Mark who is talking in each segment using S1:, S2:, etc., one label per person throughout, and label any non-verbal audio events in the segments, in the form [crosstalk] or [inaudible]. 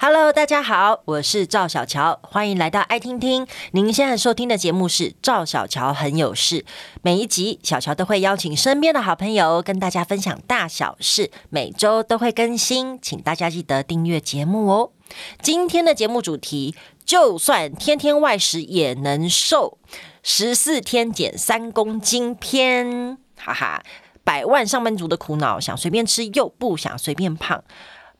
S1: Hello，大家好，我是赵小乔，欢迎来到爱听听。您现在收听的节目是《赵小乔很有事》，每一集小乔都会邀请身边的好朋友跟大家分享大小事，每周都会更新，请大家记得订阅节目哦。今天的节目主题，就算天天外食也能瘦，十四天减三公斤篇，哈哈！百万上班族的苦恼，想随便吃又不想随便胖。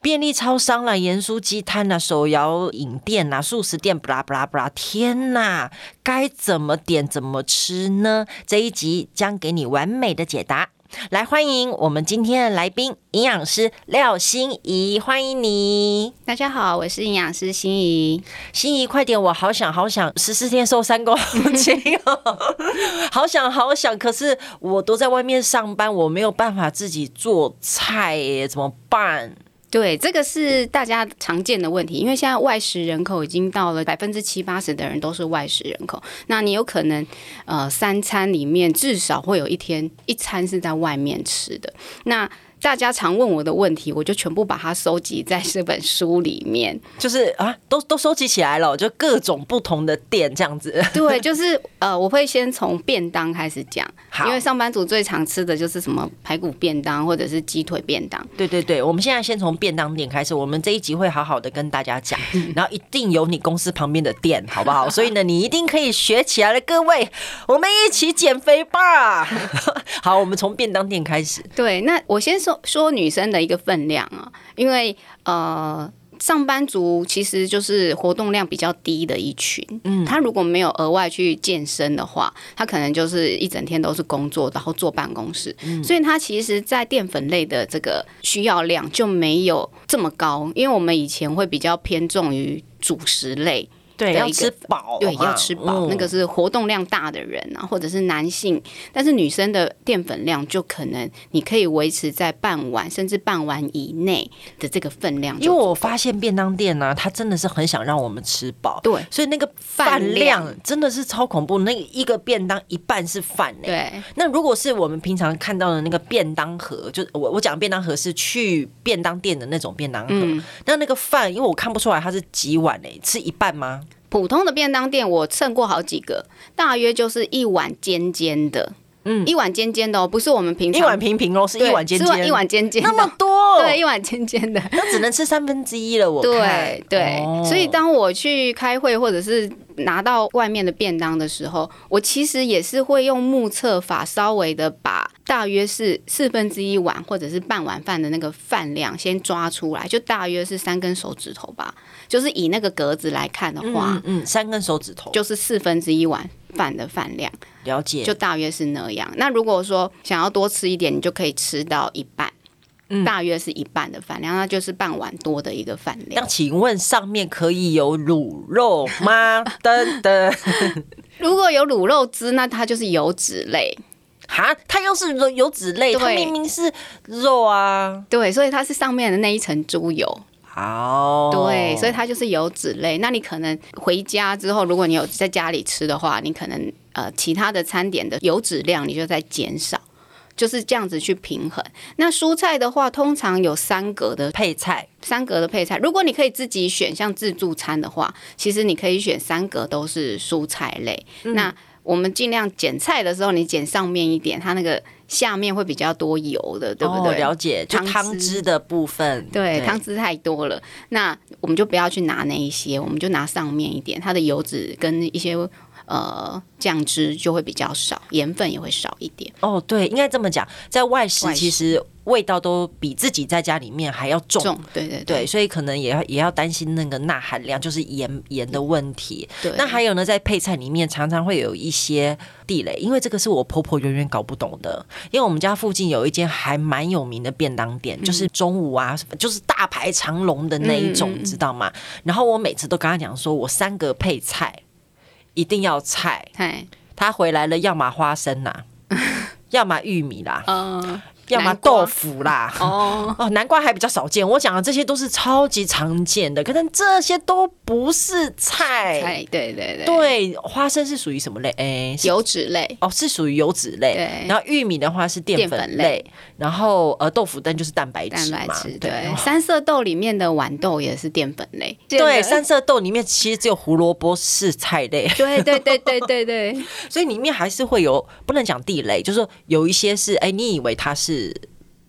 S1: 便利超商啦、盐酥鸡摊啦、手摇饮店啦、素食店，布拉布拉布拉，天呐，该怎么点怎么吃呢？这一集将给你完美的解答。来，欢迎我们今天的来宾，营养师廖心怡，欢迎你。
S2: 大家好，我是营养师心怡。
S1: 心怡，快点！我好想好想十四天瘦三公斤哦， [laughs] 好想好想。可是我都在外面上班，我没有办法自己做菜耶，怎么办？
S2: 对，这个是大家常见的问题，因为现在外食人口已经到了百分之七八十的人都是外食人口，那你有可能呃三餐里面至少会有一天一餐是在外面吃的。那大家常问我的问题，我就全部把它收集在这本书里面。
S1: 就是啊，都都收集起来了，就各种不同的店这样
S2: [laughs]
S1: 子。
S2: 对，就是呃，我会先从便当开始讲，
S1: 好
S2: 因为上班族最常吃的就是什么排骨便当或者是鸡腿便当。
S1: 对对对，我们现在先从便当店开始，我们这一集会好好的跟大家讲，
S2: 嗯
S1: 然后一定有你公司旁边的店，好不好？ [laughs] 所以呢，你一定可以学起来了，各位，我们一起减肥
S2: [laughs]
S1: 吧。好，我们从便当店开始。
S2: 对，那我先说说女生的一个分量啊，因为呃，上班族其实就是活动量比较低的一群，嗯，他如果没有额外去健身的话，他可能就是一整天都是工作，然后坐办公室，所以他其实，在淀粉类的这个需要量就没有这么高，因为我们以前会比较偏重于主食类，
S1: 对，
S2: 的
S1: 要
S2: 一个
S1: 吃饱嘛，
S2: 对，要吃饱，
S1: 嗯
S2: 那个是活动量大的人啊，或者是男性，但是女生的淀粉量就可能你可以维持在半碗甚至半碗以内的这个分量就，
S1: 因为我发现便当店呢、它真的是很想让我们吃饱，
S2: 对
S1: 所以那个
S2: 饭
S1: 饭量
S2: 量
S1: 真的是超恐怖，那一个便当一半是饭欸呢、
S2: 对
S1: 那如果是我们平常看到的那个便当盒，就我我讲便当盒是去便当店的那种便当盒，
S2: 嗯
S1: 那那个饭，因为我看不出来它是几碗诶、吃一半吗？
S2: 普通的便当店我称过好几个，大约就是一碗尖尖的，嗯，一碗尖尖的哦，不是我们平常
S1: 一碗平平哦，是一
S2: 对
S1: 碗尖
S2: 是
S1: 尖，
S2: 一碗尖尖的
S1: 那么多，
S2: 对，，一碗尖尖的，
S1: 那只能吃三分之一了。我看
S2: 对对，
S1: 哦
S2: 所以当我去开会或者是拿到外面的便当的时候，我其实也是会用目测法稍微的把大约是四分之一碗或者是半碗饭的那个饭量先抓出来，就大约是三根手指头吧，就是以那个格子来看的话，
S1: 嗯嗯，三根手指头，
S2: 就是四分之一碗饭的饭量。
S1: 了解，
S2: 就大约是那样。那如果说想要多吃一点，你就可以吃到一半，大约是一半的饭量，那就是半碗多的一个饭量
S1: 那。请问上面可以有卤肉
S2: [laughs]
S1: 吗？噔噔，
S2: 如果有卤肉汁，那它就是油脂类，
S1: 哈，它要是油油脂类，它
S2: 对
S1: 明明是肉啊。
S2: 对，所以它是上面的那一层猪油，
S1: 好，
S2: 对，所以它就是油脂类。那你可能回家之后，如果你有在家里吃的话，你可能呃其他的餐点的油脂量你就在减少。就是这样子去平衡。那蔬菜的话，通常有三格的
S1: 配菜
S2: 三格的配菜，如果你可以自己选，像自助餐的话，其实你可以选三格都是蔬菜类。
S1: 嗯
S2: 那我们尽量剪菜的时候，你剪上面一点，它那个下面会比较多油的，对不
S1: 哦、
S2: 对？
S1: 了解，就
S2: 汤
S1: 汤
S2: 汁
S1: 汁的部分，
S2: 对，汤汁太多了，那我们就不要去拿那一些，我们就拿上面一点，它的油脂跟一些呃酱汁就会比较少，盐分也会少一点。
S1: 哦，对，应该这么讲，在外食
S2: 外食
S1: 其实味道都比自己在家里面还要重。
S2: 重，对对
S1: 对，所以可能也要也要担心那个钠含量，就是盐盐的问题。
S2: 对
S1: 那还有呢，在配菜里面常常会有一些地雷，因为这个是我婆婆远远搞不懂的。因为我们家附近有一间还蛮有名的便当店，
S2: 嗯
S1: 就是中午啊，什么就是大排长龙的那一
S2: 嗯
S1: 种，知道吗？然后我每次都跟她讲说，我三个配菜一定要菜，
S2: 嗨， [laughs]
S1: 她回来了，要么花生啦、要么玉米啦，
S2: 嗯，
S1: 呃要么
S2: 南瓜
S1: 豆腐啦。
S2: 哦，
S1: 哦，南瓜还比较少见。我讲的这些都是超级常见的，可能这些都不是菜。
S2: 哎，对对对，
S1: 对，花生是属于什么类？哎、是
S2: 油脂类，
S1: 哦，是属于油脂类
S2: 对。
S1: 然后玉米的话是淀
S2: 淀
S1: 粉
S2: 粉
S1: 类，
S2: 类
S1: 然后呃豆腐蛋就是蛋白
S2: 蛋
S1: 质嘛，
S2: 白质，
S1: 对。哦
S2: 对，
S1: 哇
S2: 三色豆里面的豌豆也是淀粉类，
S1: 对，三色豆里面其实只有胡萝卜是菜类，
S2: 对对对对
S1: [laughs]
S2: 对对，
S1: 所以里面还是会有不能讲地雷，就是说有一些是哎、你以为它是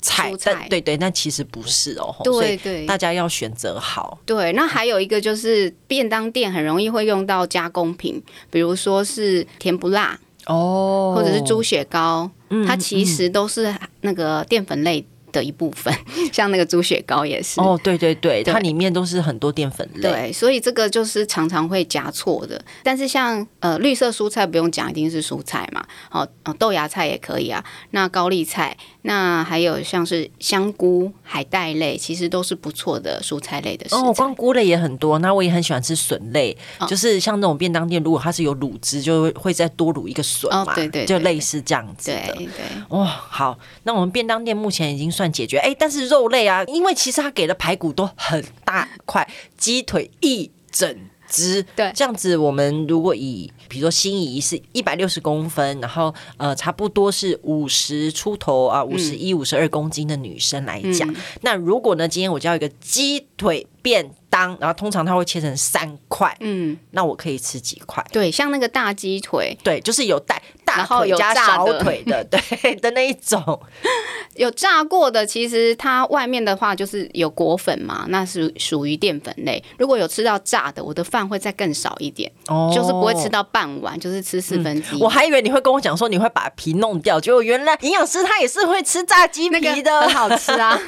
S1: 菜
S2: 蔬，菜
S1: 但对对，但其实不是哦。吼
S2: 对
S1: 所以
S2: 对
S1: 大家要选择好。
S2: 对，那还有一个就是便当店很容易会用到加工品，比如说是甜不辣
S1: 哦
S2: 或者是猪血糕，
S1: 嗯
S2: 它其实都是那个淀粉类的一部分， [laughs] 像那个猪血糕也是。
S1: 哦，对对对，
S2: 对
S1: 它里面都是很多淀粉类。
S2: 对，所以这个就是常常会夹错的。但是像呃绿色蔬菜不用讲，一定是蔬菜嘛。哦，哦豆芽菜也可以啊。那高丽菜，那还有像是香菇、海带类，其实都是不错的蔬菜哦类的食
S1: 哦，
S2: 材。
S1: 光菇类也很多，那我也很喜欢吃笋类，就是像那种便当店，如果它是有卤汁，就会会再多卤一个笋
S2: 哦
S1: 嘛，
S2: 对对对
S1: 就类似这样子
S2: 对
S1: 的。
S2: 对。
S1: 哇、哦好，那我们便当店目前已经算解决，哎、但是肉类啊，因为其实它给的排骨都很大块，鸡腿一整只，
S2: 对
S1: 这样子我们如果以比如说心仪是一百六十公分，然后呃差不多是五十出头啊，五
S2: 嗯
S1: 十一、五十二公斤的女生来讲，那如果呢今天我就要一个鸡腿便当，然后通常它会切成三块，
S2: 嗯，
S1: 那我可以吃几块？
S2: 对，像那个大鸡腿，
S1: 对，就是有带大
S2: 然后
S1: 腿
S2: 有
S1: 加
S2: 炸
S1: 小
S2: 的
S1: 腿的， [laughs] 对的那一种。
S2: 有炸过的，其实它外面的话就是有裹粉嘛，那是属于淀粉类。如果有吃到炸的，我的饭会再更少一点，
S1: 哦嗯
S2: 就是不会吃。到半碗，就是吃四分之一。
S1: 我还以为你会跟我讲说你会把皮弄掉，结果原来营养师他也是会吃炸鸡
S2: 那
S1: 皮
S2: 个
S1: 的
S2: 很。好吃
S1: [laughs]
S2: 啊，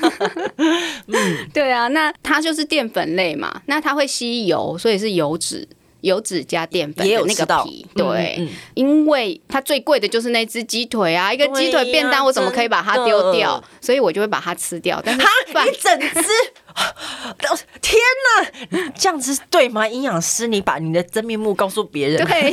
S1: 嗯
S2: 对啊，那它就是淀粉类嘛，那它会吸油，所以是油脂，油脂加淀粉
S1: 也
S2: 的
S1: 有
S2: 那
S1: 吃
S2: 个
S1: 到
S2: 皮，，
S1: 嗯
S2: 对，
S1: 嗯
S2: 因为它最贵的就是那只鸡腿啊，一个鸡腿
S1: 对呀
S2: 便当，我怎么可以把它丢掉
S1: 真？
S2: 所以我就会把它吃掉。但是
S1: 嗯哈， [laughs]
S2: 饭
S1: 一整只，天哪，这样子对吗？营养师，你把你的真面目告诉别人。 [laughs]
S2: 对，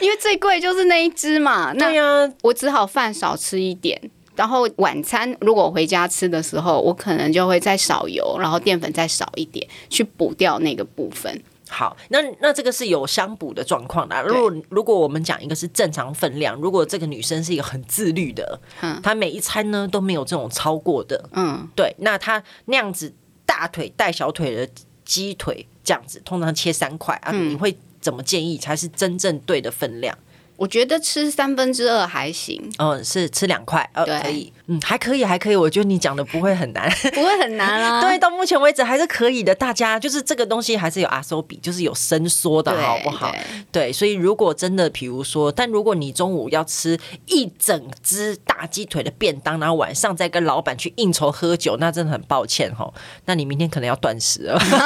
S2: 因为最贵就是那一只嘛。那
S1: 对啊呀，
S2: 我只好饭少吃一点。然后晚餐如果回家吃的时候，我可能就会再少油，然后淀粉再少一点，去补掉那个部分。
S1: 好，那那这个是有相补的状况啦。如果如果我们讲一个是正常分量，如果这个女生是一个很自律的，
S2: 嗯
S1: 她每一餐呢都没有这种超过的，
S2: 嗯，
S1: 对，那他那样子大腿带小腿的鸡腿这样子，通常切三块啊，
S2: 嗯
S1: 你会怎么建议才是真正对的分量？
S2: 我觉得吃三分之二还行，
S1: 嗯，是吃两块，呃，
S2: 对
S1: 可以，嗯，还可以，还可以，我觉得你讲的不会很
S2: [laughs]
S1: 难。
S2: 不会很难 [laughs] 啊。
S1: 对，到目前为止还是可以的，大家就是这个东西还是有阿手比，就是有伸缩的，
S2: 对
S1: 好不好
S2: 对？
S1: 对，所以如果真的，比如说，但如果你中午要吃一整只大鸡腿的便当，然后晚上再跟老板去应酬喝酒，那真的很抱歉吼，那你明天可能要断食了。 [laughs]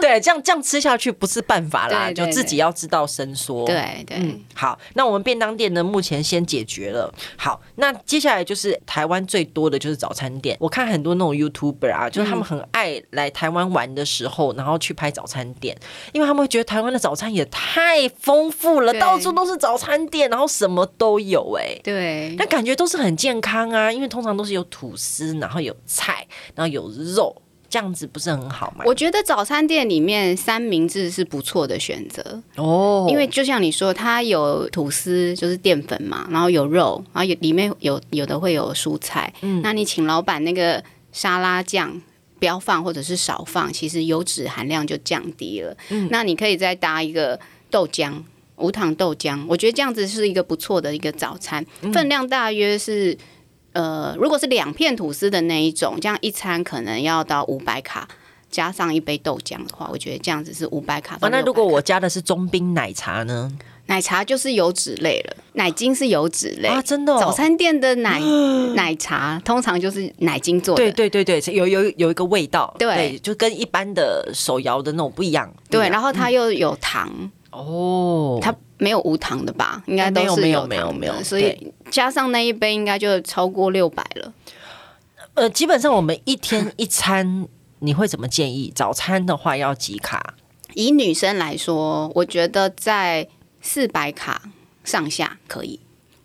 S1: 对，这样这样吃下去不是办法啦，
S2: 对对
S1: 就自己要知道伸缩。
S2: 对对，
S1: 嗯，好，那我们便当店呢，目前先解决了。好，那接下来就是台湾最多的就是早餐店。我看很多那种 YouTuber 啊，就是他
S2: 嗯
S1: 们很爱来台湾玩的时候，然后去拍早餐店，因为他们会觉得台湾的早餐也太丰富了，
S2: 对嗯
S1: 到处都是早餐店，然后什么都有、哎。
S2: 对
S1: 那感觉都是很健康啊，因为通常都是有吐司，然后有菜，然后有肉，这样子不是很好吗？
S2: 我觉得早餐店里面三明治是不错的选择，
S1: 哦
S2: 因为就像你说，它有吐司，就是淀粉嘛，然后有肉，然后有里面有有的会有蔬菜。
S1: 嗯
S2: 那你请老板那个沙拉酱。不要放或者是少放，其实油脂含量就降低了。
S1: 嗯
S2: 那你可以再搭一个豆浆，无糖豆浆，我觉得这样子是一个不错的一个早餐，
S1: 嗯
S2: 分量大约是呃，如果是两片吐司的那一种，这样一餐可能要到五百卡，加上一杯豆浆的话，我觉得这样子是五百卡
S1: 啊，
S2: 到600卡。
S1: 那如果我加的是中冰奶茶呢？
S2: 奶茶就是油脂类了，奶精是油脂类。
S1: 啊，真的、哦，
S2: 早餐店的奶
S1: [gasps]
S2: 奶茶通常就是奶精做的，
S1: 对对对对，有有有一个味道，
S2: 对
S1: 就跟一般的手摇的那种不一样。嗯
S2: 对
S1: 后
S2: 然后它又有糖，
S1: 哦，
S2: 它没有无糖的吧？应该
S1: 啊没
S2: 都
S1: 有
S2: 是
S1: 没有
S2: 糖
S1: 没有
S2: 的
S1: 没有
S2: 所以
S1: 对
S2: 加上那一杯应该就超过六百了。
S1: 呃，基本上我们一天一餐，你会怎么建议？早餐的话要几卡？
S2: 以女生来说，我觉得在四百卡上下可以。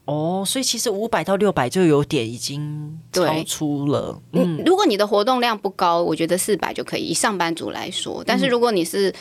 S1: 哦，所以其实五百到六百就有点已经超
S2: 对
S1: 出了，
S2: 嗯，如果你的活动量不高，我觉得四百就可以。以上班族来说，但是如果你是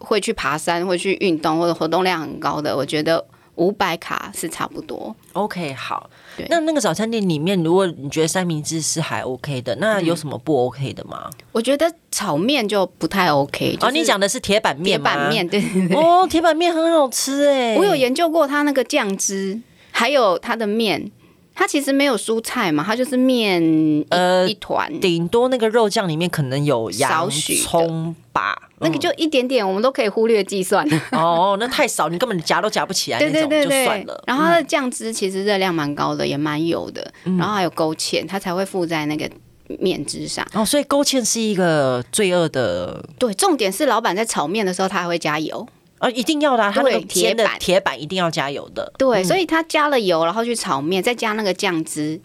S2: 会去爬山、会去运动或者活动量很高的，我觉得五百卡是差不多。
S1: OK，好
S2: 对。
S1: 那那个早餐店里面，如果你觉得三明治是还 OK 的，那
S2: 嗯
S1: 有什么不 OK 的吗？
S2: 我觉得炒面就不太 OK、
S1: 哦，你讲的是铁板
S2: 铁
S1: 面吗？
S2: 板面，对 [laughs] 对对。
S1: 哦，铁板面很好吃哎，
S2: 我有研究过它那个酱汁，还有它的面，它其实没有蔬菜嘛，它就是面一,、
S1: 呃
S2: 一团，
S1: 顶多那个肉酱里面可能有洋
S2: 少许的
S1: 葱吧，
S2: 那个就一点点，我们都可以忽略计算。
S1: 嗯哦，那太少，你根本夹都夹不起来那
S2: 对对
S1: 种，
S2: 对
S1: 就
S2: 对
S1: 算了。
S2: 然后它的酱汁其实热量蛮高的，也蛮油的，然后还有勾芡，它才会附在那个面汁上。
S1: 哦，所以勾芡是一个罪恶的，
S2: 对，重点是老板在炒面的时候，他还会加油。
S1: 啊，一定要的啊，它那个
S2: 对
S1: 煎
S2: 铁
S1: 的
S2: 板
S1: 铁板一定要加油的。
S2: 对，所以他加了油，然后去炒面，再加那个酱汁，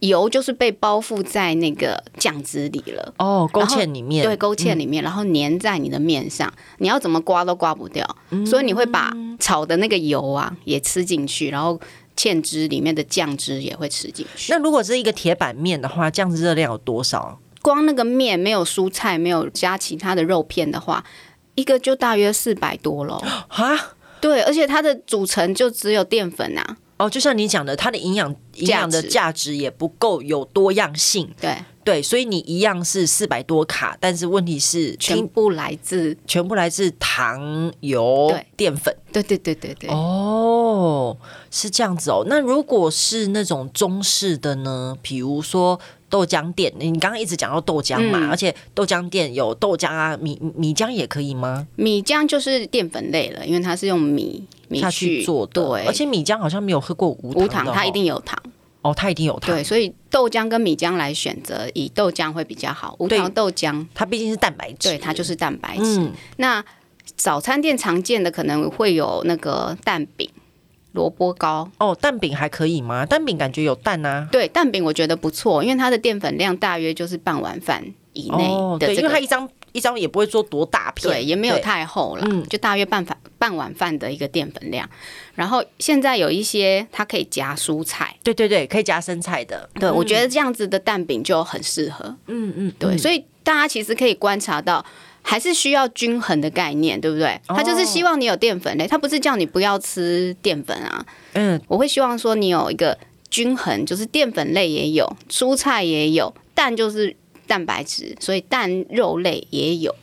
S2: 油就是被包覆在那个酱汁里了。
S1: 哦，勾
S2: 然后
S1: 芡里面，
S2: 对，勾芡里面，嗯然后粘在你的面上，你要怎么刮都刮不掉，所以你会把炒的那个油啊也吃进去，然后芡汁里面的酱汁也会吃进去。
S1: 那如果是一个铁板面的话，酱汁热量有多少？
S2: 光那个面没有蔬菜，没有加其他的肉片的话，一个就大约四百
S1: [gasps]
S2: 多咯。
S1: 啊？
S2: 对，而且它的组成就只有淀粉啊。
S1: 哦，就像你讲的，它的营养营养的价值也不够有多样性，
S2: 对，
S1: 对，所以你一样是四百多卡，但是问题是
S2: 全
S1: 全
S2: 部来自，
S1: 全部来自糖、油
S2: 对、
S1: 淀粉。
S2: 对对对对对。
S1: 哦，是这样子哦。那如果是那种中式的呢？比如说豆浆店，你刚刚一直讲到豆浆嘛，
S2: 嗯
S1: 而且豆浆店有豆浆啊，米米浆也可以吗？
S2: 米浆就是淀粉类了，因为它是用米米
S1: 下去做的，
S2: 对，
S1: 而且米浆好像没有喝过无
S2: 无
S1: 糖
S2: 糖
S1: 的哦、
S2: 它一定有糖。
S1: 哦，它一定有糖
S2: 对，，所以豆浆跟米浆来选择，以豆浆会比较好。无
S1: 对
S2: 糖豆浆，
S1: 它毕竟是蛋白质，
S2: 对，它就是蛋白质。
S1: 嗯，
S2: 那早餐店常见的可能会有那个蛋饼、萝卜糕。
S1: 哦，蛋饼还可以吗？蛋饼感觉有蛋啊。
S2: 对，蛋饼我觉得不错，因为它的淀粉量大约就是半碗饭以内
S1: 哦，
S2: 的
S1: 对，
S2: 这
S1: 因为
S2: 个，
S1: 它一张一张也不会做多大片，
S2: 对，也没有
S1: 对
S2: 太厚了，
S1: 嗯
S2: 就大约半饭半碗饭的一个淀粉量。然后现在有一些它可以夹蔬菜，
S1: 对对对，可以加生菜的，
S2: 对、我觉得这样子的蛋饼就很适合。
S1: 嗯嗯，
S2: 对，
S1: 嗯
S2: 所以大家其实可以观察到，还是需要均衡的概念，对不对？
S1: 哦
S2: 他就是希望你有淀粉类，他不是叫你不要吃淀粉啊，
S1: 嗯，
S2: 我会希望说你有一个均衡，就是淀粉类也有，蔬菜也有，蛋就是蛋白质，所以蛋肉类也有，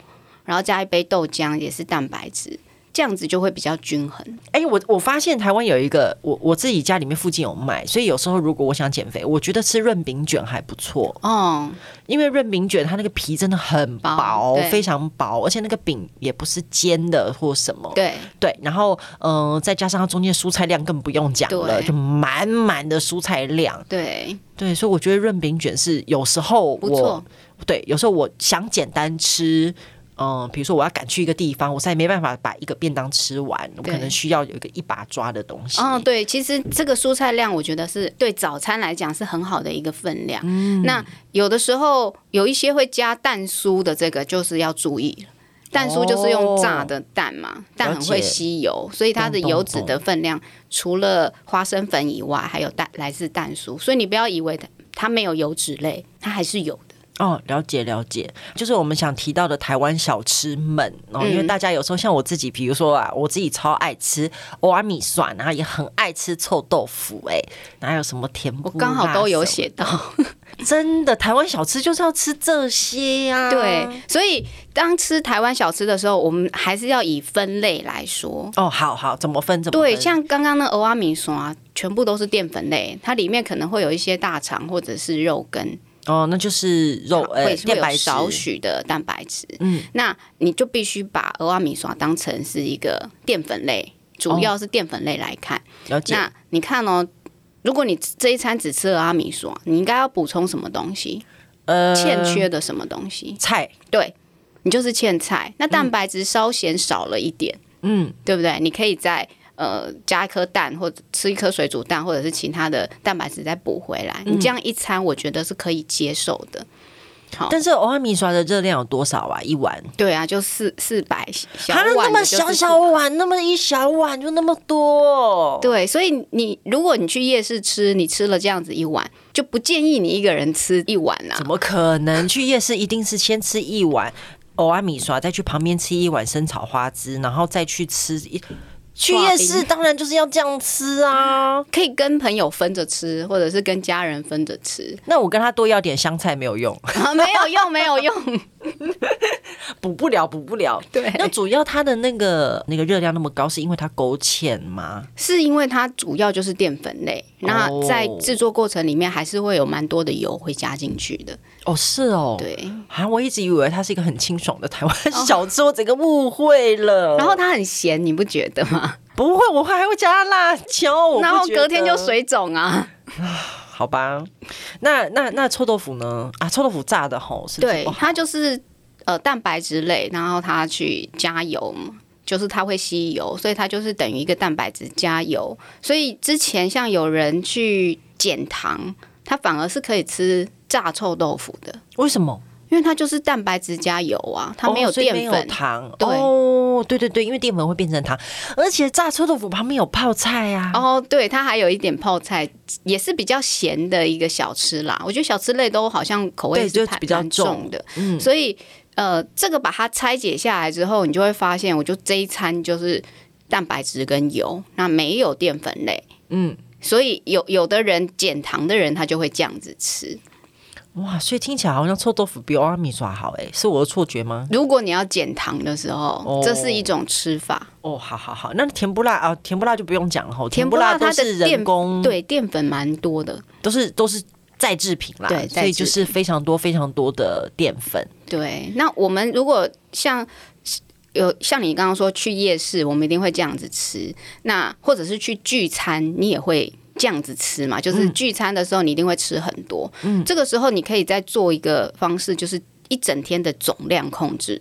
S2: 然后加一杯豆浆也是蛋白质。这样子就会比较均衡，
S1: 哎、我我发现台湾有一个，我我自己家里面附近有卖，所以有时候如果我想减肥，我觉得吃润饼卷还不错，
S2: 哦，
S1: 因为润饼卷它那个皮真的很薄，
S2: 薄对
S1: 非常薄，而且那个饼也不是煎的或什么，
S2: 对，
S1: 对，然后嗯、呃再加上它中间蔬菜量更不用讲了，
S2: 对
S1: 就满满的蔬菜量，
S2: 对，
S1: 对，所以我觉得润饼卷是有时候
S2: 不错
S1: 我，对，有时候我想简单吃。嗯，比如说我要赶去一个地方，我实在没办法把一个便当吃完，我可
S2: 对
S1: 能需要有一个一把抓的东西。
S2: 哦，对，其实这个蔬菜量，我觉得是对早餐来讲是很好的一个分量。
S1: 嗯
S2: 那有的时候有一些会加蛋酥的，这个就是要注意了。蛋酥就是用炸的蛋嘛，蛋很
S1: 哦了解
S2: 会吸油，所以它的
S1: 懂懂
S2: 油脂的分量除了花生粉以外，还有蛋来自蛋酥，所以你不要以为它它没有油脂类，它还是有的。
S1: 哦，了解了解，就是我们想提到的台湾小吃们哦，因为
S2: 嗯
S1: 大家有时候像我自己，比如说啊，我自己超爱吃欧阿米蒜，然后也很爱吃臭豆腐、哎，哪有什么甜不？
S2: 我刚好都有，写
S1: [laughs]
S2: 到。
S1: 真的，台湾小吃就是要吃这些呀、啊。
S2: 对，所以当吃台湾小吃的时候，我们还是要以分类来说。
S1: 哦，好好，怎么分？怎么
S2: 对，
S1: 分
S2: 像刚刚那欧阿米索啊，全部都是淀粉类，它里面可能会有一些大肠或者是肉根，
S1: 哦，那就是肉
S2: 会
S1: 呃
S2: 会
S1: 蛋白
S2: 有
S1: 质
S2: 少许的蛋白质。
S1: 嗯，
S2: 那你就必须把欧阿米索当成是一个淀粉类，主
S1: 哦
S2: 要是淀粉类来看。
S1: 了解
S2: 那你看哦，如果你这一餐只吃了阿米索，你应该要补充什么东西？
S1: 呃
S2: 欠缺的什么东西？
S1: 菜，
S2: 对你就是欠菜。那蛋白质稍显少了一点。
S1: 嗯
S2: 对不对？你可以再呃加一颗蛋，或者吃一颗水煮蛋，
S1: 嗯
S2: 或者是其他的蛋白质再补回来。你这样一餐，我觉得是可以接受的。好，
S1: 但是欧阿米刷的热量有多少啊？一碗？
S2: 对啊，就四四百小
S1: 它
S2: 碗的
S1: 那么
S2: 就是
S1: 小
S2: 四
S1: 小碗，那么一小碗就那么多，
S2: 对，所以你如果你去夜市吃，你吃了这样子一碗，就不建议你一个人吃一碗啊啦、
S1: 怎么可能？去夜市一定是先吃一碗欧阿米刷，再去旁边吃一碗生炒花枝，然后再去吃一。去夜
S2: 哇
S1: 市当然就是要这样吃 [laughs] 啊！
S2: 可以跟朋友分着吃，或者是跟家人分着吃， [laughs]
S1: 那我跟他多要点香菜没有用，
S2: 啊没有用，没有用。
S1: [laughs] 补不了，补不了。
S2: 对，
S1: [laughs] 那主要它的那个那个热量那么高，是因为它勾芡吗？
S2: 是因为它主要就是淀粉类，那
S1: 哦
S2: 在制作过程里面还是会有蛮多的油会加进去的。
S1: 哦，是哦，
S2: 对，
S1: 啊，我一直以为它是一个很清爽的台湾小吃，我整个误会了。
S2: 然后它很咸，你不觉得吗？
S1: 不会，我还会加辣椒， [laughs] 我不
S2: 然后
S1: 觉
S2: 隔天就
S1: 得
S2: 水肿
S1: [laughs]
S2: 啊。
S1: 好吧？那那那臭豆腐呢？啊，臭豆腐炸的吼，是不哦是
S2: 对
S1: 不，好？
S2: [laughs] 它就是呃蛋白质类，然后它去加油嘛，就是它会吸油，所以它就是等于一个蛋白质加油。所以之前像有人去减糖，它反而是可以吃炸臭豆腐的，
S1: 为什么？
S2: 因为它就是蛋白质加油啊，它没有
S1: 哦所以
S2: 淀
S1: 没
S2: 粉
S1: 有。糖。
S2: 对
S1: 哦，对对对，因为淀粉会变成糖，而且炸臭豆腐旁边有泡菜啊。
S2: 哦对，它还有一点泡菜，也是比较咸的一个小吃啦。我觉得小吃类都好像口味
S1: 对
S2: 是
S1: 就
S2: 蛮
S1: 比较
S2: 蛮
S1: 重嗯
S2: 重的，所以呃，这个把它拆解下来之后，你就会发现，我就这一餐就是蛋白质跟油，那没有淀粉类，
S1: 嗯
S2: 嗯。所以有有的人减糖的人，他就会这样子吃。
S1: 哇，所以听起来好像臭豆腐比欧阿米耍好哎、是我的错觉吗？
S2: 如果你要减糖的时候，
S1: 哦
S2: 这是一种吃法。
S1: 哦，好好好，那甜不辣啊，甜不辣就不用讲了吼，
S2: 甜
S1: 不
S2: 不
S1: 辣
S2: 辣
S1: 都
S2: 它的
S1: 是人
S2: 淀
S1: 工，，
S2: 对，淀粉蛮多的。
S1: 都是都是再制品啦，
S2: 对
S1: 所以就
S2: 再制
S1: 是非常多非常多的淀粉。
S2: 对，那我们如果像有像你刚刚说去夜市，我们一定会这样子吃。那或者是去聚餐，你也会这样子吃嘛？就是聚餐的时候，你一定会吃很多。嗯，这个时候你可以再做一个方式，就是一整天的总量控制。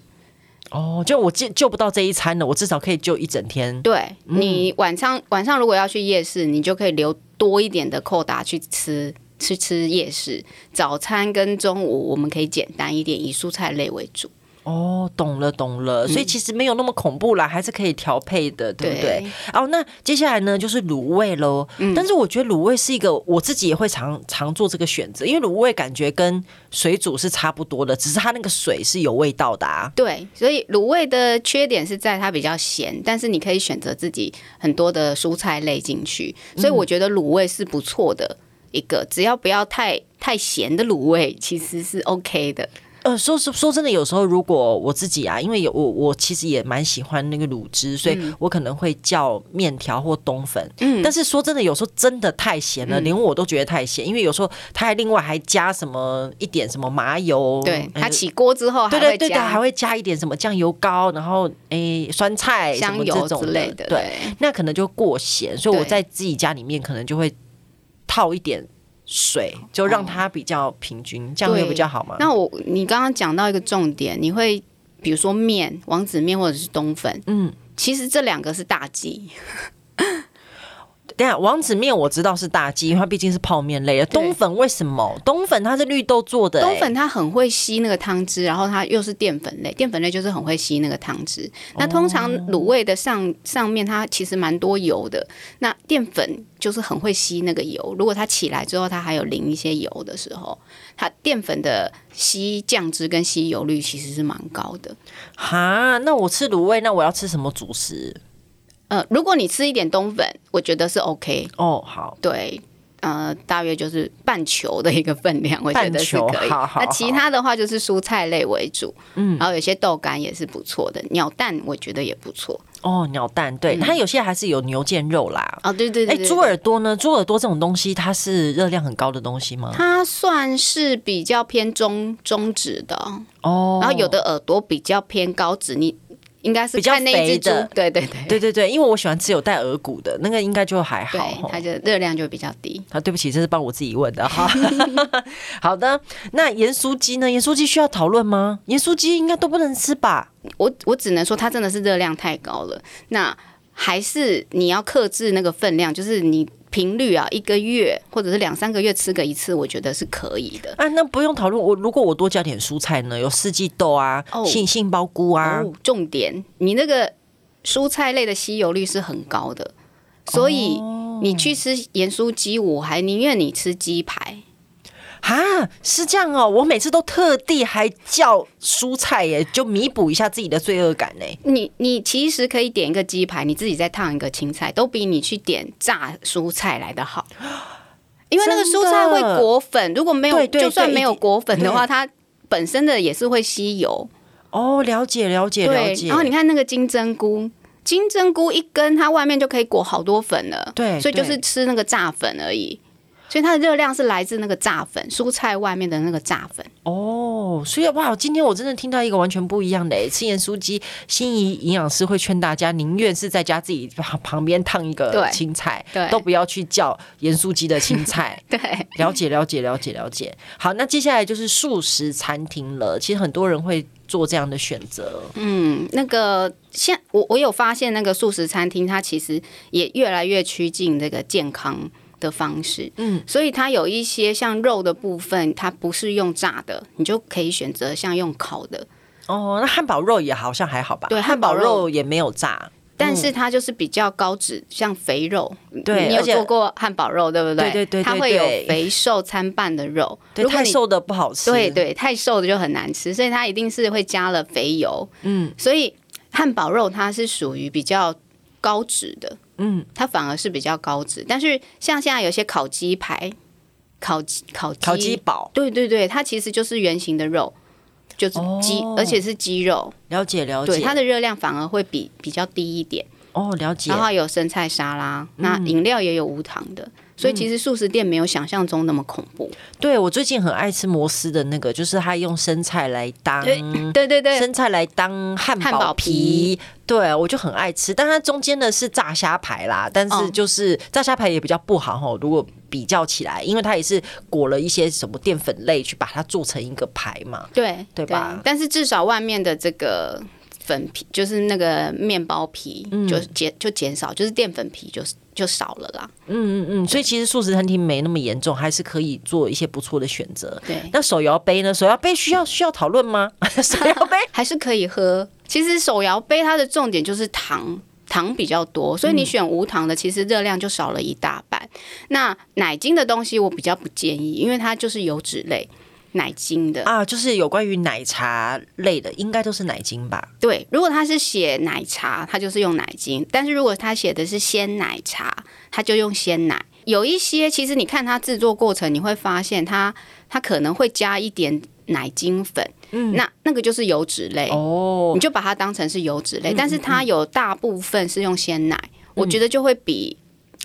S1: 哦，就我救救不到这一餐了，我至少可以救一整天。
S2: 对你晚上晚上如果要去夜市，你就可以留多一点的扣打去吃。去吃夜市，早餐跟中午我们可以简单一点，以蔬菜类为主。
S1: 哦，懂了懂了，所以其实没有那么恐怖啦，还是可以调配的，对不对？哦，那接下来呢就是卤味喽。但是我觉得卤味是一个我自己也会常常做这个选择，因为卤味感觉跟水煮是差不多的，只是它那个水是有味道的啊。
S2: 对，所以卤味的缺点是在它比较咸，但是你可以选择自己很多的蔬菜类进去，所以
S1: 嗯
S2: 我觉得卤味是不错的一个，只要不要太太咸的卤味，其实是 OK 的。
S1: 呃，说是说真的，有时候如果我自己啊，因为有我我其实也蛮喜欢那个卤汁，所
S2: 嗯
S1: 以我可能会叫面条或冬粉。嗯，但是说真的，有时候真的太咸
S2: 嗯
S1: 了，连我都觉得太咸，因为有时候它还另外还加什么一点什么麻油，
S2: 对，
S1: 呃
S2: 它起锅之后还
S1: 对
S2: 会
S1: 对对对，
S2: 加
S1: 还会加一点什么酱油膏，然后诶酸菜、什
S2: 香
S1: 么
S2: 油
S1: 这种
S2: 之类的，
S1: 对，
S2: 对
S1: 那可能就过咸，所以我
S2: 对
S1: 在自己家里面可能就会套一点水，就让它比较平均，这样会
S2: 哦对
S1: 比较好嘛。
S2: 那我你刚刚讲到一个重点，你会比如说面、王子面或者是冬粉，
S1: 嗯。
S2: 其实这两个是大忌。
S1: 等一下，王子面我知道是大鸡，因为它毕竟是泡面类的。
S2: 嗯对
S1: 冬粉为什么？冬粉它是绿豆做的、欸，
S2: 冬粉它很会吸那个汤汁，然后它又是淀粉类，淀粉类就是很会吸那个汤汁。那通常卤味的上上面它其实蛮多油的，那淀粉就是很会吸那个油。如果它起来之后，它还有淋一些油的时候，它淀粉的吸酱汁跟吸油率其实是蛮高的。
S1: 哈，那我吃卤味，那我要吃什么主食？
S2: 呃，如果你吃一点冬粉，我觉得是 OK。
S1: 哦，好，
S2: 对，呃，大约就是半球的一个分量，我觉得是
S1: 半
S2: 可
S1: 球
S2: 以。
S1: 好好
S2: 那其他的话就是蔬菜类为主，嗯，然后有些豆干也是不错的，鸟蛋我觉得也不错。
S1: 哦，鸟蛋，对，它有些还是有牛腱肉啦。
S2: 哦，对嗯对
S1: 哎、
S2: 对对
S1: 猪耳朵呢？猪耳朵这种东西，它是热量很高的东西吗？
S2: 它算是比较偏中中脂的哦，
S1: 哦，
S2: 然后有的耳朵比较偏高脂，你应该是
S1: 比较
S2: 看那一
S1: 肥
S2: 只猪
S1: 的，
S2: 对对对
S1: 对对对，因为我喜欢吃有带耳骨的那个，应该就还好。
S2: 对
S1: 吼，
S2: 它就热量就比较低。
S1: 啊，对不起，这是帮我自己问的哈。
S2: [laughs]
S1: 好的，那盐酥鸡呢？盐酥鸡需要讨论吗？盐酥鸡应该都不能吃吧？
S2: 我我只能说它真的是热量太高了。那还是你要克制那个分量，就是你频率啊，一个月或者是两三个月吃个一次，我觉得是可以的。
S1: 啊，那不用讨论。我如果我多加点蔬菜呢，有四季豆啊、
S2: 哦
S1: 杏杏鲍菇啊，
S2: 哦，重点，你那个蔬菜类的吸油率是很高的，所以你去吃盐酥鸡，我还宁愿你吃鸡排。
S1: 哈，是这样哦。我每次都特地还叫蔬菜耶，就弥补一下自己的罪恶感呢。
S2: 你你其实可以点一个鸡排，你自己再烫一个青菜，都比你去点炸蔬菜来的好。因为那个蔬菜
S1: 真
S2: 会
S1: 的
S2: 裹粉，如果没有，
S1: 对对
S2: 就算
S1: 对
S2: 没有
S1: 一定
S2: 裹粉的话，
S1: 对
S2: 它本身的也是会吸油。
S1: 哦，了解了解了
S2: 对，
S1: 解。
S2: 然后你看那个金针菇，金针菇一根它外面就可以裹好多粉了，
S1: 对
S2: 所以就
S1: 对
S2: 是吃那个炸粉而已。所以它的热量是来自那个炸粉，蔬菜外面的那个炸粉。
S1: 哦，所以哇，今天我真的听到一个完全不一样的欸耶吃盐酥鸡，心仪营养师会劝大家，宁愿是在家自己旁旁边烫一个
S2: 对
S1: 青菜，
S2: 对
S1: 都不要去叫盐酥鸡的青菜。
S2: [laughs] 对，
S1: 了解，了解，了解，了解。好，那接下来就是素食餐厅了。其实很多人会做这样的选择，
S2: 嗯，那个现我我有发现，那个素食餐厅它其实也越来越趋近这个健康的方式。嗯，所以它有一些像肉的部分，它不是用炸的，你就可以选择像用烤的。
S1: 哦，那汉堡肉也好像还好吧？
S2: 对
S1: 汉堡
S2: 汉堡肉
S1: 肉也没有炸。
S2: 但是它就是比较高脂，像肥肉。
S1: 嗯对
S2: 你
S1: 而
S2: 有
S1: 且
S2: 做过汉堡肉，对不对？
S1: 对对对对
S2: 它会有
S1: 对
S2: 肥瘦参半的肉。
S1: 对，
S2: 如果
S1: 太
S2: 你
S1: 瘦的不好吃。
S2: 对，对，太瘦的就很难吃，所以它一定是会加了肥油。
S1: 嗯，
S2: 所以汉堡肉它是属于比较高脂的，
S1: 嗯，
S2: 它反而是比较高脂。但是像现在有些烤鸡排、烤鸡烤鸡
S1: 烤鸡，堡，
S2: 对对对，它其实就是圆形的肉，就是鸡，
S1: 哦
S2: 而且是鸡肉，
S1: 了解了
S2: 对
S1: 解。
S2: 它的热量反而会比比较低一点。
S1: 哦，了解嗯
S2: 然。后有生菜沙拉，那饮料也有无糖的，所以其实素食店没有想象中那么恐怖。
S1: 对我最近很爱吃摩斯的那个，就是它用生菜来当。
S2: [laughs] 对对对，
S1: 生菜来当汉
S2: 汉
S1: 堡
S2: 堡
S1: 皮
S2: 皮，
S1: 对我就很爱吃。但它中间呢是炸虾排啦，但是
S2: 嗯
S1: 就是炸虾排也比较不好吼。如果比较起来，因为它也是裹了一些什么淀粉类去把它做成一个排嘛。
S2: 对
S1: 对吧
S2: 但是至少外面的这个粉皮，就是那个面包皮，
S1: 嗯
S2: 就减就减少，就是淀粉皮就就少了啦。
S1: 嗯嗯嗯，所以其实素食餐厅没那么严重，还是可以做一些不错的选择。
S2: 对，
S1: 那手摇杯呢？手摇杯需要需要讨论吗？ [laughs] 手摇杯
S2: 还是可以喝。其实手摇杯它的重点就是糖。糖比较多，所以
S1: 嗯
S2: 你选无糖的，其实热量就少了一大半。那奶精的东西我比较不建议，因为它就是油脂类，奶精的。
S1: 啊，就是有关于奶茶类的，应该都是奶精吧？
S2: 对，如果他是写奶茶，他就是用奶精；但是如果他写的是鲜奶茶，他就用鲜奶。有一些其实你看它制作过程，你会发现它它可能会加一点奶精粉，嗯，那那个就是油脂类，
S1: 哦
S2: 你，就把它当成是油脂类。但是它有大部分是用鲜奶，我觉得就会比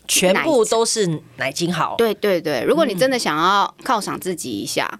S1: 全部都是奶精好。
S2: 对对对，如果
S1: 嗯
S2: 你真的想要犒赏自己一下，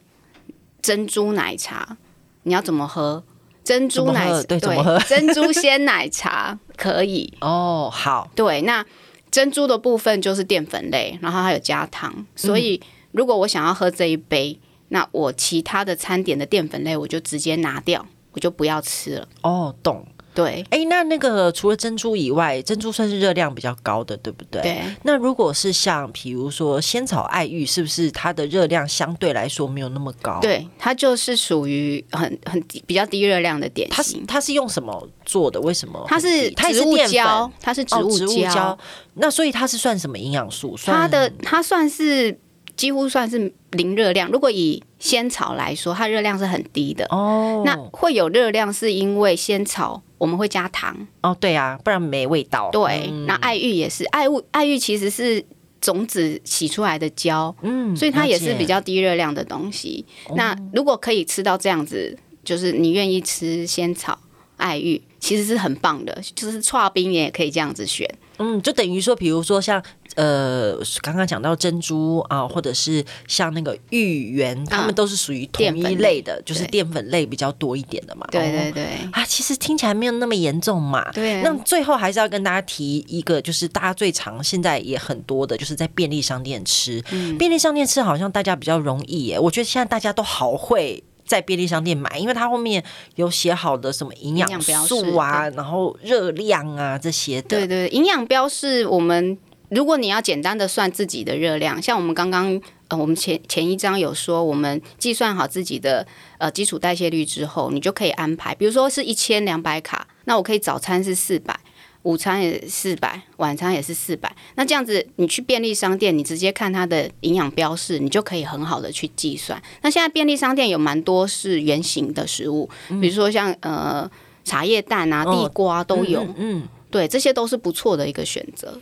S2: 珍珠奶茶你要怎么喝？珍珠奶
S1: 怎么喝对怎么喝
S2: [laughs] 珍珠鲜奶茶可以。
S1: 哦，好，
S2: 对，那珍珠的部分就是淀粉类，然后还有加糖，
S1: 嗯
S2: 所以如果我想要喝这一杯，那我其他的餐点的淀粉类我就直接拿掉，我就不要吃了。
S1: 哦，懂。
S2: 对
S1: 哎，那那个除了珍珠以外，珍珠算是热量比较高的，对不对？。
S2: 对，
S1: 那如果是像比如说仙草爱玉，是不是它的热量相对来说没有那么高？，
S2: 对，它就是属于很很低比较低热量的点
S1: 它是
S2: 心。
S1: 它是用什么做的？为什么很低？
S2: 它是
S1: 它也
S2: 植
S1: 是
S2: 物
S1: 淀粉
S2: 胶，它是植
S1: 哦，
S2: 物
S1: 植物
S2: 胶
S1: 胶，。那所以它是算什么营养素？算
S2: 它的它算是几乎算是零热量。如果以仙草来说，它热量是很低的。
S1: 哦，
S2: 那会有热量是因为仙草我们会加糖，
S1: 哦对啊，不然没味道。
S2: 对。那爱玉也是，爱物爱玉其实是种子洗出来的胶，
S1: 嗯，
S2: 所以它也
S1: 了
S2: 是
S1: 解哦
S2: 比较低热量的东西。那如果可以吃到这样子，就是你愿意吃仙草爱玉，其实是很棒的。就是刨冰也可以这样子选。
S1: 嗯，就等于说，比如说像呃，刚刚讲到珍珠啊、或者是像那个芋圆，它们都是属于同
S2: 嗯淀
S1: 一
S2: 粉
S1: 类
S2: 类
S1: 的，就是
S2: 对
S1: 淀粉类比较多一点的嘛。
S2: 对对
S1: 哦
S2: 对。
S1: 啊，其实听起来没有那么严重嘛。
S2: 对啊
S1: 那最后还是要跟大家提一个，就是大家最常现在也很多的，就是在便利商店吃。
S2: 嗯
S1: 便利商店吃好像大家比较容易耶，我觉得现在大家都好会。在便利商店买，因为它后面有写好的什么营
S2: 营
S1: 养
S2: 养标
S1: 素
S2: 示
S1: 啊，然后热量啊这些的。
S2: 对对，营养标示我们如果你要简单的算自己的热量，像我们刚刚呃，我们前前一章有说，我们计算好自己的呃基础代谢率之后，你就可以安排，比如说是一千两百卡，那我可以早餐是四百。午餐也四百，晚餐也是四百。那这样子，你去便利商店，你直接看它的营养标示，你就可以很好的去计算。那现在便利商店有蛮多是圆形的食物，
S1: 嗯
S2: 比如说像呃茶叶蛋啊、地瓜都有。
S1: 哦嗯嗯，
S2: 对，这些都是不错的一个选择。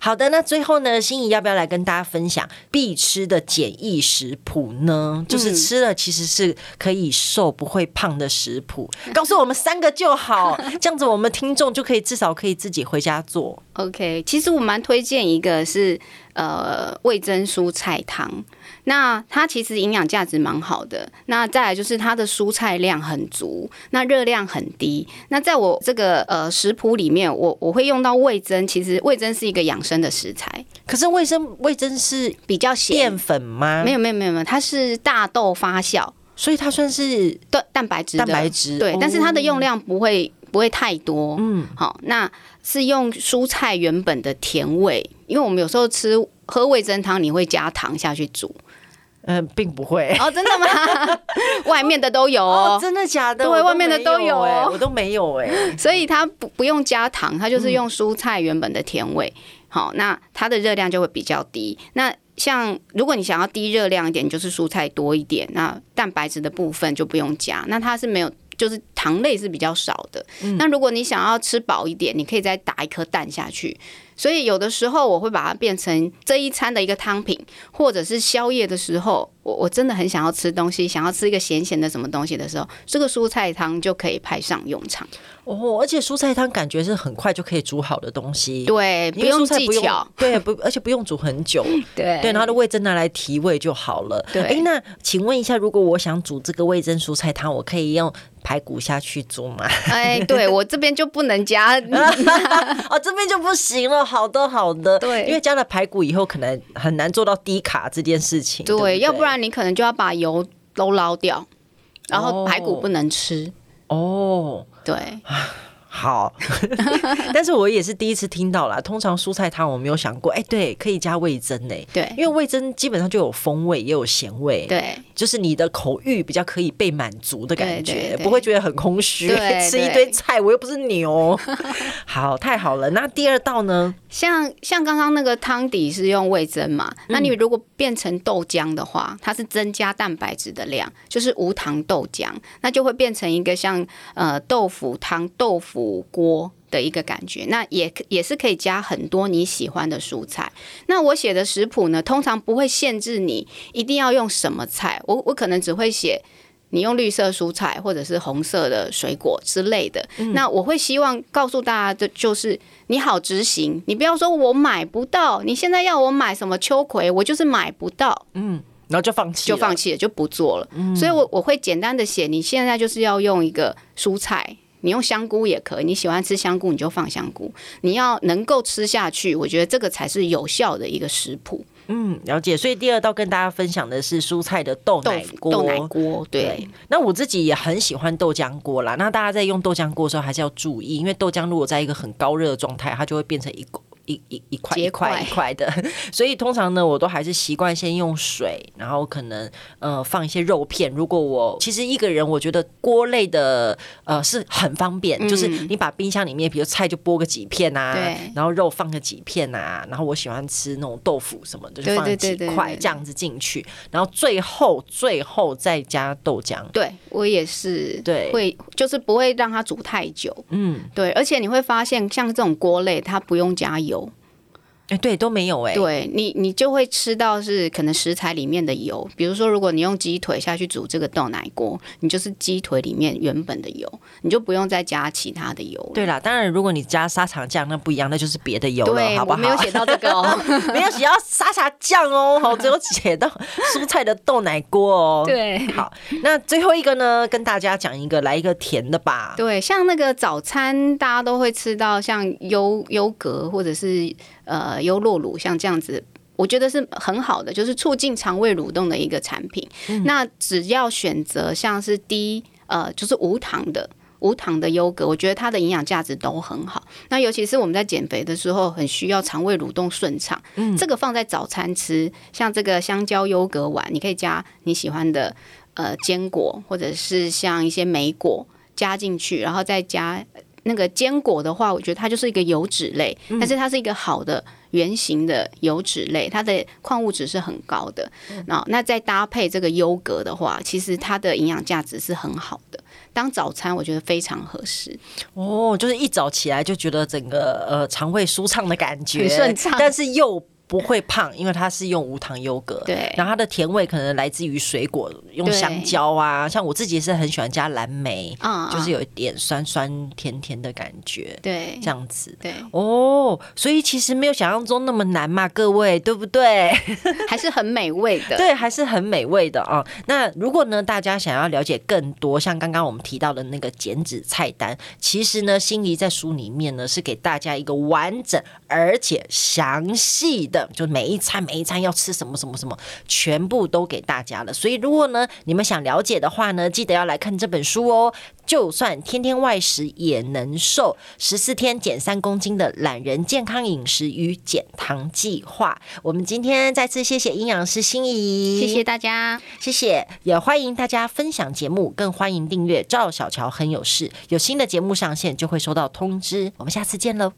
S1: 好的。那最后呢，心仪要不要来跟大家分享必吃的简易食谱呢？就是吃了其实是可以瘦不会胖的食谱，
S2: 嗯
S1: 告诉我们三个就好，这样子我们听众就可以至少可以自己回家做。
S2: OK，其实我蛮推荐一个是呃味增蔬菜汤，那它其实营养价值蛮好的。那再来就是它的蔬菜量很足，那热量很低。那在我这个呃食谱里面，我我会用到味增，其实味增是一个养生的食材，
S1: 可是味增味增是
S2: 比较咸。
S1: 淀粉吗？
S2: 没
S1: 有，
S2: 有没有没有没有，它是大豆发酵，
S1: 所以它算是
S2: 对蛋白质的
S1: 蛋白质。
S2: 对
S1: 哦，
S2: 但是它的用量不会不会太多，
S1: 嗯
S2: 嗯，好，那是用蔬菜原本的甜味，因为我们有时候吃喝味增汤，你会加糖下去煮，
S1: 嗯、并不会。
S2: 哦，真的吗？ [laughs] 外面的都有
S1: 哦
S2: 哦，，
S1: 真的假的？
S2: 对
S1: 我都
S2: 外面的都
S1: 没
S2: 有
S1: 哎
S2: 哦
S1: 我都没有哎、
S2: 所以它不不用加糖，它就是用蔬菜原本的甜味，好，那它的热量就会比较低，那。像如果你想要低热量一点，你就是蔬菜多一点，那蛋白质的部分就不用加。那它是没有，就是糖类是比较少的。那如果你想要吃饱一点，你可以再打一颗蛋下去。所以有的时候我会把它变成这一餐的一个汤品，或者是宵夜的时候，我我真的很想要吃东西，想要吃一个咸咸的什么东西的时候，这个蔬菜汤就可以派上用场。
S1: 哦，而且蔬菜汤感觉是很快就可以煮好的东西，
S2: 对，
S1: 因
S2: 不
S1: 为
S2: 用
S1: 蔬菜
S2: 技
S1: 不用 [laughs]
S2: 巧，，
S1: 对，不，而且不用煮很久，
S2: [laughs] 对
S1: 对，然后它的味增拿来提味就好了。
S2: 对
S1: 哎，那请问一下，如果我想煮这个味增蔬菜汤，我可以用排骨下去煮吗？ [laughs]
S2: 哎，对我这边就不能加，嗯
S1: 哦，这边就不行了，好的好的，
S2: 对
S1: 因为加了排骨以后，可能很难做到低卡这件事情，对不
S2: 对，
S1: 对，
S2: 要不然你可能就要把油都捞掉，然
S1: 哦
S2: 后排骨不能吃，
S1: 哦。
S2: 对，
S1: 好， [laughs] 但是我也是第一次听到啦。通常蔬菜汤我没有想过，哎、对，可以加味增呢、
S2: 对，
S1: 因为味增基本上就有风味，也有咸味，，
S2: 对，
S1: 就是你的口欲比较可以被满足的感觉，
S2: 对对对
S1: 不会觉得很空虚，[laughs]
S2: 对
S1: 吃一
S2: 对
S1: 堆菜，我又不是牛。 [laughs] 好，太好了。那第二道呢？
S2: 像像刚刚那个汤底是用味增嘛，那你如果变成豆浆的话，它是增加蛋白质的量，就是无糖豆浆，那就会变成一个像呃豆腐汤、豆腐锅。的一个感觉，那也也是可以加很多你喜欢的蔬菜。那我写的食谱呢，通常不会限制你一定要用什么菜，我我可能只会写你用绿色蔬菜或者是红色的水果之类的。那我会希望告诉大家的就是，你好执行，你不要说我买不到，你现在要我买什么秋葵，我就是买不到，
S1: 然后就放弃，
S2: 就放。弃了，就不做了。所以我我会简单的写，你现在就是要用一个蔬菜。你用香菇也可以，你喜欢吃香菇你就放香菇，你要能够吃下去，我觉得这个才是有效的一个食谱。
S1: 嗯，了解。所以第二道跟大家分享的是蔬菜的豆
S2: 豆
S1: 奶
S2: 腐
S1: 锅。
S2: 豆奶锅，对，
S1: 对，那我自己也很喜欢豆浆锅啦。那大家在用豆浆锅的时候，还是要注意，因为豆浆如果在一个很高热的状态，它就会变成一股一一一块一
S2: 结块
S1: 块一块的。 [laughs] 所以通常呢，我都还是习惯先用水，然后可能呃放一些肉片。如果我其实一个人，我觉得锅类的呃是很方便，
S2: 嗯
S1: 就是你把冰箱里面，比如菜就剥个几片啊
S2: 对，
S1: 然后肉放个几片啊，然后我喜欢吃那种豆腐什么的，就
S2: 对
S1: 放
S2: 对
S1: 几
S2: 对对
S1: 块
S2: 对
S1: 这样子进去，然后最后最后再加豆浆。
S2: 对我也是，
S1: 对
S2: 会就是不会让它煮太久，
S1: 嗯，
S2: 对，而且你会发现像这种锅类，它不用加油，
S1: 哎、对，都没有哎、
S2: 对你，你就会吃到是可能食材里面的油，比如说，如果你用鸡腿下去煮这个豆奶锅，你就是鸡腿里面原本的油，你就不用再加其他的油了。
S1: 对啦，当然，如果你加沙茶酱，那不一样，那就是别的油了，
S2: 对，
S1: 好不
S2: 我
S1: 好？
S2: 没有写到这个哦。
S1: [laughs] 没有写到沙茶酱
S2: [laughs]
S1: 哦，好，只有写到蔬菜的豆奶锅哦。，
S2: 对
S1: 好，那最后一个呢，跟大家讲一个，来一个甜的吧。
S2: 对，像那个早餐，大家都会吃到像优优格或者是呃优酪乳，像这样子。我觉得是很好的，就是促进肠胃蠕动的一个产品。那只要选择像是低呃，就是无糖的，无糖的优格，我觉得它的营养价值都很好。那尤其是我们在减肥的时候，很需要肠胃蠕动顺畅，嗯，这个放在早餐吃，像这个香蕉优格碗，你可以加你喜欢的呃坚果，或者是像一些莓果加进去，然后再加。那个坚果的话，我觉得它就是一个油脂类，
S1: 嗯
S2: 但是它是一个好的圆形的油脂类，它的矿物质是很高的。
S1: 嗯
S2: 那那再搭配这个优格的话，其实它的营养价值是很好的。当早餐我觉得非常合适，
S1: 哦，就是一早起来就觉得整个呃肠胃舒畅的感觉，
S2: 很顺畅
S1: 但是又不会胖，因为它是用无糖优格，
S2: 对
S1: 然后它的甜味可能来自于水果，用
S2: 对
S1: 香蕉啊，像我自己也是很喜欢加蓝莓，
S2: 嗯
S1: 就是
S2: 嗯
S1: 有一点酸酸甜甜的感觉，
S2: 对
S1: 这样子。
S2: 对，
S1: 哦，所以其实没有想象中那么难嘛，各位，对不对？
S2: 还是很美味的。
S1: 对，还是很美味的啊、那如果呢，大家想要了解更多，像刚刚我们提到的那个减脂菜单，其实呢，心仪在书里面呢是给大家一个完整而且详细的，就每一餐每一餐要吃什么什么什么，全部都给大家了。所以如果呢你们想了解的话呢，记得要来看这本书哦。就算天天外食也能瘦，十四天减三公斤的懒人健康饮食与减糖计划。我们今天再次谢谢营养师心仪，
S2: 谢谢大家，
S1: 谢谢，也欢迎大家分享节目，更欢迎订阅赵小乔很有事，有新的节目上线就会收到通知。我们下次见喽，